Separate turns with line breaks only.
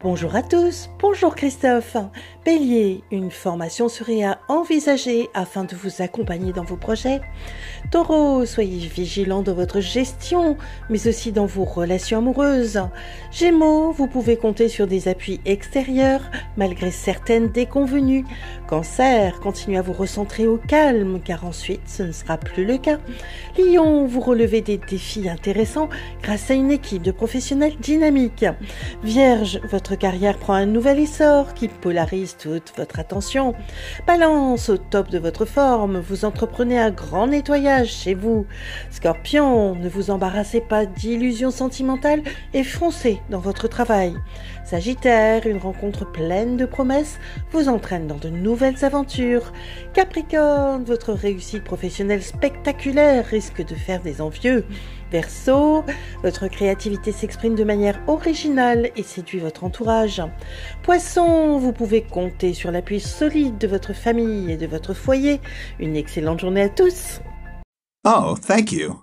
Bonjour à tous, bonjour Christophe. Bélier, une formation serait à envisager afin de vous accompagner dans vos projets. Taureau, soyez vigilant dans votre gestion, mais aussi dans vos relations amoureuses. Gémeaux, vous pouvez compter sur des appuis extérieurs malgré certaines déconvenues. Cancer, continuez à vous recentrer au calme car ensuite ce ne sera plus le cas. Lion, vous relevez des défis intéressants grâce à une équipe de professionnels dynamiques. Vierge, votre carrière prend un nouvel essor qui polarise toute votre attention. Balance, au top de votre forme, vous entreprenez un grand nettoyage chez vous. Scorpion, ne vous embarrassez pas d'illusions sentimentales et foncez dans votre travail. Sagittaire, une rencontre pleine de promesses vous entraîne dans de nouvelles aventures. Capricorne, votre réussite professionnelle spectaculaire risque de faire des envieux. Verseau, votre créativité s'exprime de manière originale et séduit votre entourage. Poisson, vous pouvez compter sur l'appui solide de votre famille et de votre foyer. Une excellente journée à tous.
Oh, thank you.